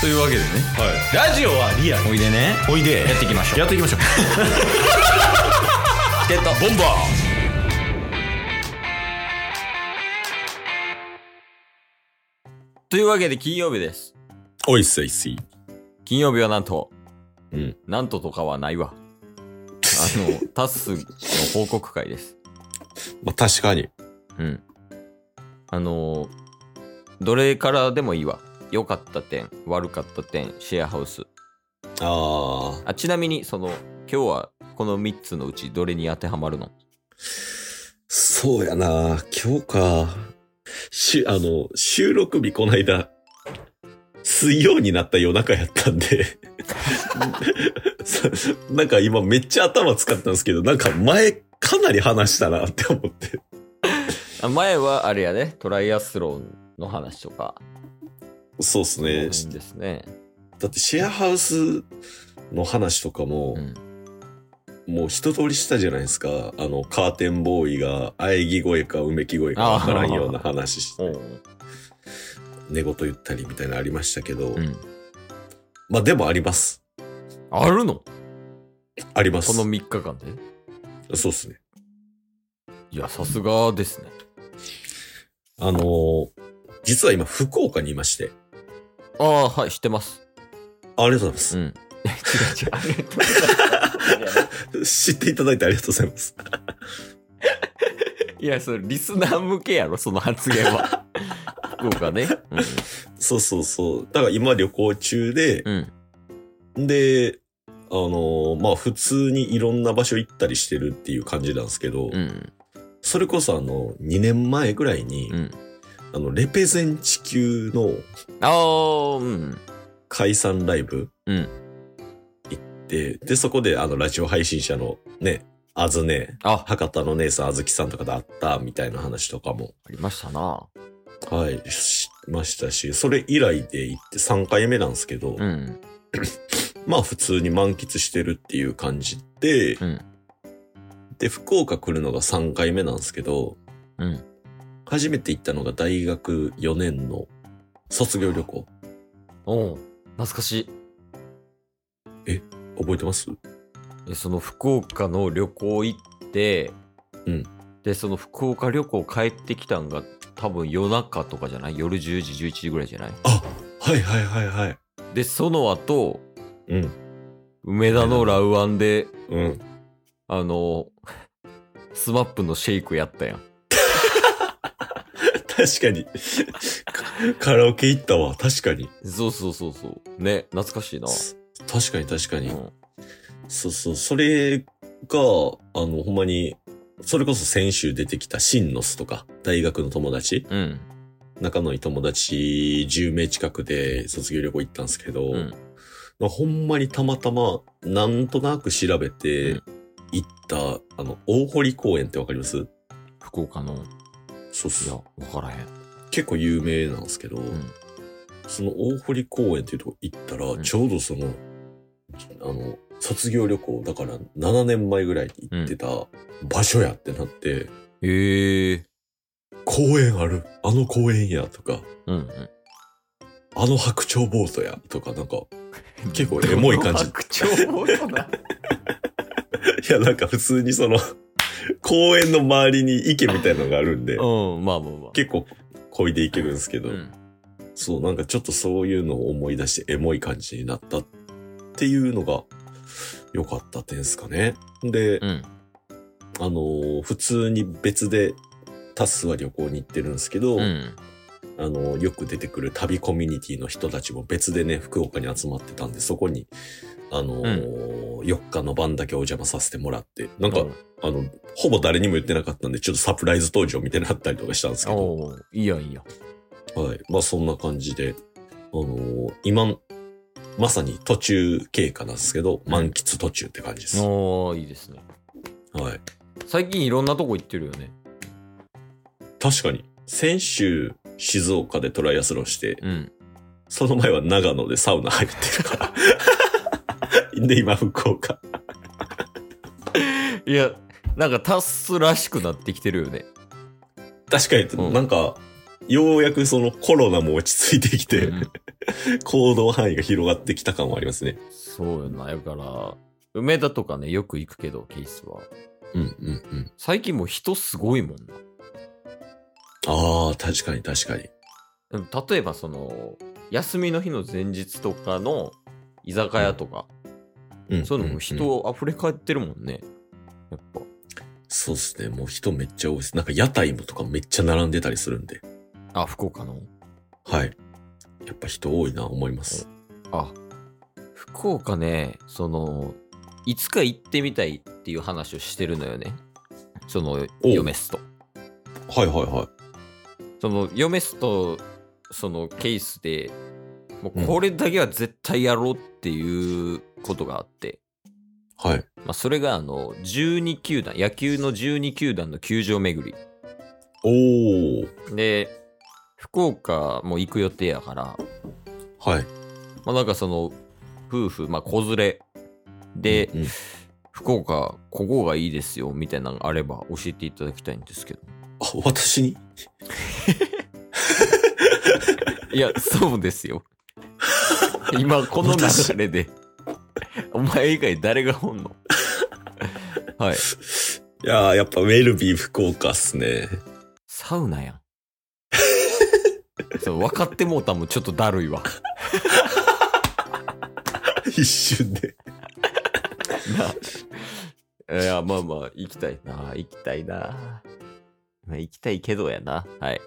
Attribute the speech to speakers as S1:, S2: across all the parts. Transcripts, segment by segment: S1: というわけでね
S2: ラジオはリアル
S1: おいでね
S2: おいで
S1: やっていきましょう
S2: やっていきましょう
S1: チケットボンバーというわけで金曜日です
S2: おいっすいっすい
S1: 金曜日はなんと、
S2: うん
S1: なんととかはないわあ のタスの報告会です
S2: まあ確かに
S1: うんあのどれからでもいいわ良かった点悪かった点シェアハウス
S2: あ
S1: あちなみにその今日はこの3つのうちどれに当てはまるの
S2: ーそうやな今日かしあの収録日こないだ水曜になった夜中やったんで そなんか今めっちゃ頭使ったんですけどなんか前かなり話したなって思って
S1: あ前はあれやねトライアスロンの話とか
S2: そうっす
S1: そう
S2: ね
S1: ですね、
S2: だってシェアハウスの話とかも、
S1: うん
S2: もう一通りしたじゃないですか。あの、カーテンボーイが、喘ぎ声かうめき声かわからんような話し、
S1: おう
S2: 寝言言ったりみたいなのありましたけど、
S1: うん、
S2: まあでもあります。
S1: あるの
S2: あります。
S1: この3日間で
S2: そうですね。
S1: いやさすがですね
S2: あのー実は今、福岡にいまして。
S1: ああはい知ってます
S2: ありがとうございます
S1: う。ん 違う違うありがとうございます
S2: 知っていただいてありがとうございます。
S1: いやそれリスナー向けやろその発言 は福岡ね
S2: そうそうそう。だから今旅行中で、
S1: うん、うん、
S2: で、あのーまあ普通にいろんな場所行ったりしてるっていう感じなんですけど、
S1: うん
S2: それこそあの、2年前ぐらいに、
S1: うん
S2: あの、レペゼン地球の
S1: ああうん
S2: 解散ライブ、
S1: うん
S2: 行って、で、そこであの、ラジオ配信者のね、あずね、
S1: ああ
S2: 博多の姉さんあずきさんとかで会ったみたいな話とかも、
S1: りましたな
S2: はい、しましたし、それ以来で行って3回目なんですけど、
S1: うん
S2: まあ普通に満喫してるっていう感じで、
S1: うん
S2: で、福岡来るのが3回目なんですけど、
S1: うん
S2: 初めて行ったのが大学4年の卒業旅行。
S1: おう懐かしい
S2: 覚えてます
S1: でその福岡の旅行行って、
S2: うん
S1: でその福岡旅行帰ってきたんが多分夜中とかじゃない夜10時11時ぐらいじゃない
S2: あはいはいはいはい。
S1: でその後
S2: うん。
S1: 梅田のラウアンで、
S2: うん。
S1: あのスマップのシェイクやったやん
S2: 確かに。カカラオケ行ったわ。確かに。
S1: そうそうそうそうね懐かしいな、
S2: 確かに確かに。
S1: うん
S2: そうそう。それが、あの、ほんまに、それこそ先週出てきたシンノスとか、大学の友達、
S1: うん
S2: 仲のいい友達10名近くで卒業旅行行ったんですけど、
S1: うん
S2: まあほんまにたまたま、なんとなく調べ
S1: う
S2: て
S1: ん
S2: 行った、あの、大堀公園ってわかります
S1: 福岡の
S2: そう
S1: いや
S2: そう。
S1: 分からへん、
S2: 結構有名なんですけど、
S1: うん、
S2: その大堀公園っていうとこ行ったら、
S1: ん
S2: ちょうどその、あの、卒業旅行、だから7年前ぐらいに行ってた場所やってなって、
S1: へえ
S2: 公園ある、あの公園やとか、
S1: うんうん
S2: あの白鳥ボートやとか、なんか、 結構エモい感 じ。
S1: 白鳥ボートだ
S2: いや、なんか普通にその、公園の周りに池みたいのがあるん で、
S1: うんまあまあまあ
S2: 結構、漕いでいけるんですけど、
S1: うん
S2: そう、なんかちょっとそういうのを思い出してエモい感じになったっていうのが良かった点ですかね。で、
S1: うん
S2: あのー普通に別でタスは旅行に行ってるんですけど、
S1: うん
S2: あのーよく出てくる旅コミュニティの人たちも別でね、福岡に集まってたんで、そこに、あのー4日の晩だけお邪魔させてもらって、なんか、あの、ほぼ誰にも言ってなかったんで、ちょっとサプライズ登場みたいなのあったりとかしたんですけど、
S1: おおいいやんいいやん
S2: はい。まあそんな感じで、あのー今、まさに途中経過なんですけど、満喫途中って感じです。は
S1: おーいいですね
S2: い。
S1: 最近いろんなとこ行ってるよね
S2: 確かに、先週、静岡でトライアスロンして、
S1: うん
S2: その前は長野でサウナ入ってる から。で、今、福岡。
S1: いやなんかタッスらしくなってきてるよね
S2: 確かに、
S1: うん
S2: なんか、ようやくそのコロナも落ち着いてきて、
S1: うん
S2: 行動範囲が広がってきた感はありますね。
S1: そうよな。やから、梅田とかね、よく行くけど、ケースは。
S2: うんうんうん。
S1: 最近もう人すごいもんな。
S2: ああ、確かに確かに。
S1: でも例えばその、休みの日の前日とかの居酒屋とか、
S2: うん
S1: そういうのも人溢れ返ってるもんね。やっぱ。
S2: そうですね。もう人めっちゃ多いです。なんか屋台もとかめっちゃ並んでたりするんで。
S1: あ、福岡の
S2: はい。やっぱ人多いな、思います。
S1: あ、福岡ね、その、いつか行ってみたいっていう話をしてるのよね。その、
S2: お
S1: ヨメスと。
S2: はいはいはい。
S1: その、ヨメスと、そのケースで、もうこれだけは絶対やろうっていうことがあって、
S2: はい。
S1: まあ、それがあの、12球団、野球の12球団の球場巡り。
S2: おー。
S1: で、福岡も行く予定やから、
S2: はい。
S1: まあ、なんかその、夫婦、まあ、子連れで、
S2: うんうん
S1: 福岡、ここがいいですよ、みたいなのがあれば教えていただきたいんですけど。
S2: あ、私に
S1: いや、そうです よ。今、この流れで、お前以外誰がおんのはい。
S2: いやー、やっぱウェルビー福岡っすね。
S1: サウナやん。そう分かってもうたんもちょっとだるいわ。
S2: 一瞬で。
S1: いや、まあまあ、行きたいな、行きたいな。まあ、行きたいけどやな。はい。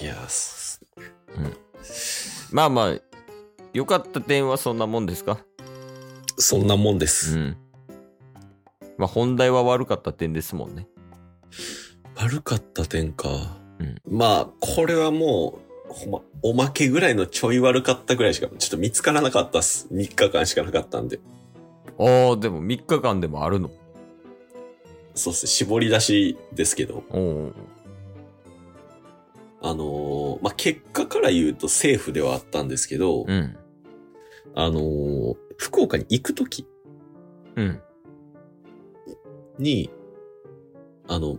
S2: いやー、そう
S1: まあまあ、良かった点はそんなもんですか
S2: そんなもんです。
S1: ん。まあ、本題は悪かった点ですもんね。
S2: 悪かった点か。
S1: うん
S2: まあ、これはもう、ほんま、おまけぐらいのちょい悪かったぐらいしか、ちょっと見つからなかったっす。3日間しかなかったんで。
S1: ああ、でも3日間でもあるの。
S2: そうっすね。絞り出しですけど。
S1: おう
S2: あのーまあ、結果から言うと政府ではあったんですけど、
S1: うん。
S2: あのー福岡に行くとき
S1: うん。
S2: に、あの、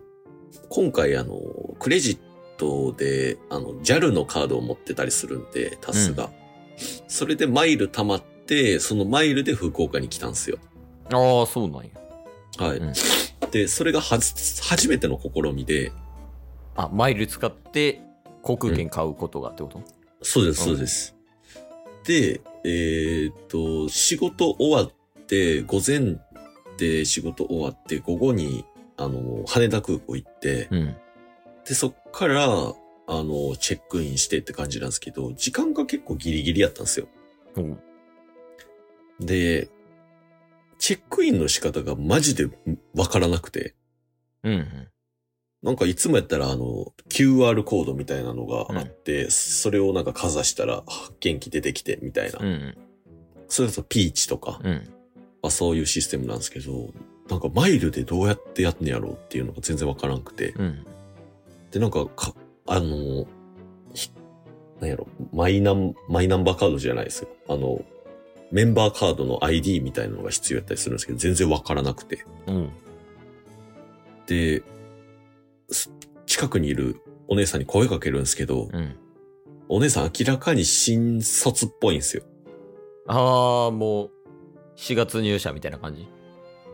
S2: 今回あの、クレジットで、あの、JAL のカードを持ってたりするんで、タスが。それでマイル貯まって、そのマイルで福岡に来たんですよ。
S1: ああ、そうなんや。
S2: はい。
S1: うん
S2: で、それがはず、初めての試みで、
S1: あ、マイル使って航空券買うことがってこと、
S2: そうです、
S1: う
S2: そ
S1: ん
S2: うです。で、えーっと、仕事終わって、午前で仕事終わって、午後に、あの、羽田空港行って、
S1: うん。
S2: で、そっから、あの、チェックインしてって感じなんですけど、時間が結構ギリギリやったんですよ。
S1: おう
S2: で、チェックインの仕方がマジでわからなくて、
S1: うんうん。
S2: なんかいつもやったらあの、QR コードみたいなのがあって、それをなんかかざしたら、あ元気出てきて、みたいな。
S1: うん
S2: それこそピーチとか、
S1: うん。うん。
S2: まあ、そういうシステムなんですけど、なんかマイルでどうやってやんねやろうっていうのが全然わからんくて。
S1: うん。
S2: で、なんかか、あの、ひなんやろ、マイナン、マイナンバーカードじゃないですよ。あの、メンバーカードの ID みたいなのが必要やったりするんですけど、全然わからなくて。
S1: おう
S2: で、す近くにいるお姉さんに声かけるんですけど、
S1: うん。
S2: お姉さん明らかに新卒っぽいんですよ。
S1: ああ、もう、4月入社みたいな感じ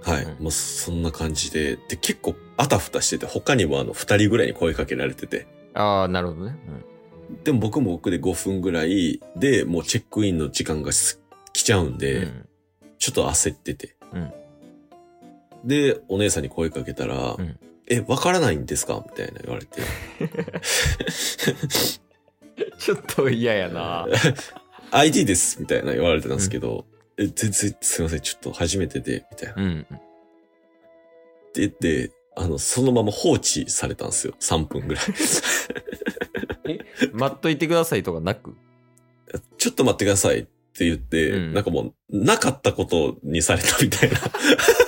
S2: はい。
S1: うん
S2: もうそんな感じで、で、結構あたふたしてて、他にもあの、二人ぐらいに声かけられてて。
S1: ああ、なるほどね。
S2: でも僕も僕で5分ぐらいでもうチェックインの時間がす来ちゃうん
S1: うん。
S2: で、
S1: うん
S2: ちょっと焦ってて。
S1: うん
S2: で、お姉さんに声かけたら、
S1: うん
S2: え、わからないんですかみたいな言われて。
S1: ちょっと嫌やな。
S2: ID ですみたいな言われてたんですけど、え、全然すいません、ちょっと初めてで、みたいな。っ
S1: うん。
S2: て言って、あの、そのまま放置されたんですよ。3分ぐらい。
S1: 待っといてくださいとかなく
S2: ちょっと待ってくださいって言って、
S1: うん
S2: なんかもう、なかったことにされたみたいな。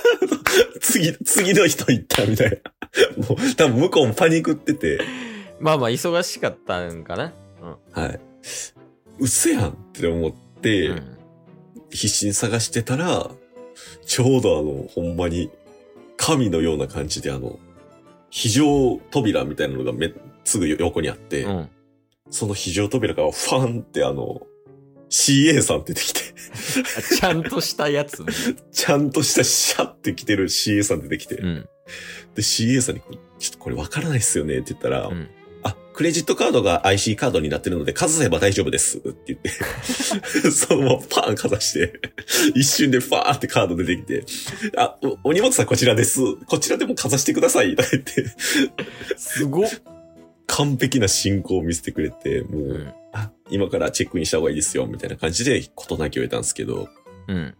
S2: 次、次の人行ったみたいな。もう、多分向こうもパニクってて、
S1: まあまあ、忙しかったんかな。
S2: はい。嘘やんって思って、
S1: うん
S2: 必死に探してたら、ちょうどあの、ほんまに、神のような感じであの、非常扉みたいなのがめ、すぐ横にあって、
S1: うん。
S2: その非常扉からファンってあの、 CA さんって出てきて、
S1: あちゃんとしたや つね。
S2: ちゃんとしたシャって着てる CA さん出てきて、で
S1: うん。
S2: CA さんに、ちょっとこれわからないっすよねって言ったら、
S1: うん
S2: あ、クレジットカードが IC カードになってるので、かざせば大丈夫ですって言 って、そのままパンかざして、一瞬でファーってカード出てきて、あ、おお荷物さんこちらです。こちらでもかざしてください。とか言って、
S1: すごっ。
S2: 完璧な進行を見せてくれて、もう、
S1: うん。
S2: あ、今からチェックインした方がいいですよ、みたいな感じで事なきを得たんですけど、
S1: うん。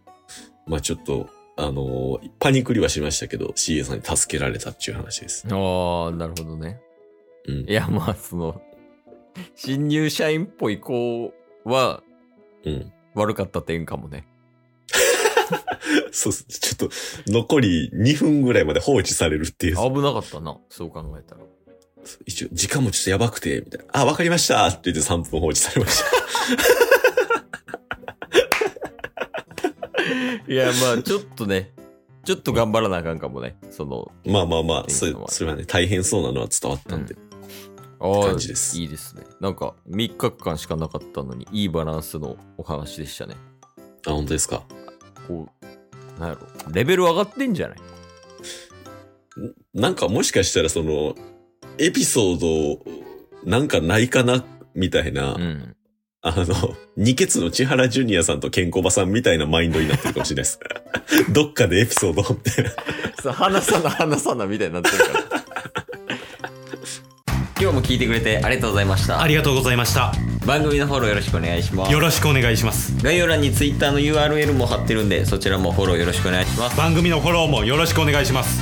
S2: まあちょっと、あのーパニクりはしましたけど、CA さんに助けられたっていう話です。
S1: ああ、なるほどね。
S2: うん
S1: い。や、まあ、その、新入社員っぽい子は
S2: うん。
S1: 悪かった点かもね。
S2: そうっす。ちょっと、残り2分ぐらいまで放置されるっていう。
S1: 危なかったな、そう考え たら。
S2: 一応、時間もちょっとやばくて、みたいな。あ、わかりましたって言って3分放置されました。
S1: いや、まあ、ちょっとね、ちょっと頑張らなあかんかもね。その、
S2: まあまあまあ、
S1: って
S2: そ
S1: いううのは
S2: それはね、大変そうなのは伝わったんで。
S1: ああ
S2: 感じです
S1: いいですね。なんか、3日間しかなかったのに、いいバランスのお話でしたね。
S2: あ、本当ですか。
S1: こう、なんやろ、レベル上がってんじゃない
S2: なんかもしかしたら、その、エピソード、なんかないかなみたいな、
S1: うん。
S2: あの、二ケツの千原ジュニアさんとケンコバさんみたいなマインドになってるかもしれないです。 どっかでエピソードみたいな。
S1: さ話さな、話さな、みたいになってるから。今日も聞いてくれてありがとうございました
S3: あ。りがとうございました
S1: 番組のフォローよろしくお願いします
S3: よ。ろしくお願いします
S1: 概要欄に Twitter の URL も貼ってるんで、そちらもフォローよろしくお願いします。
S3: 番組のフォローもよろしくお願いします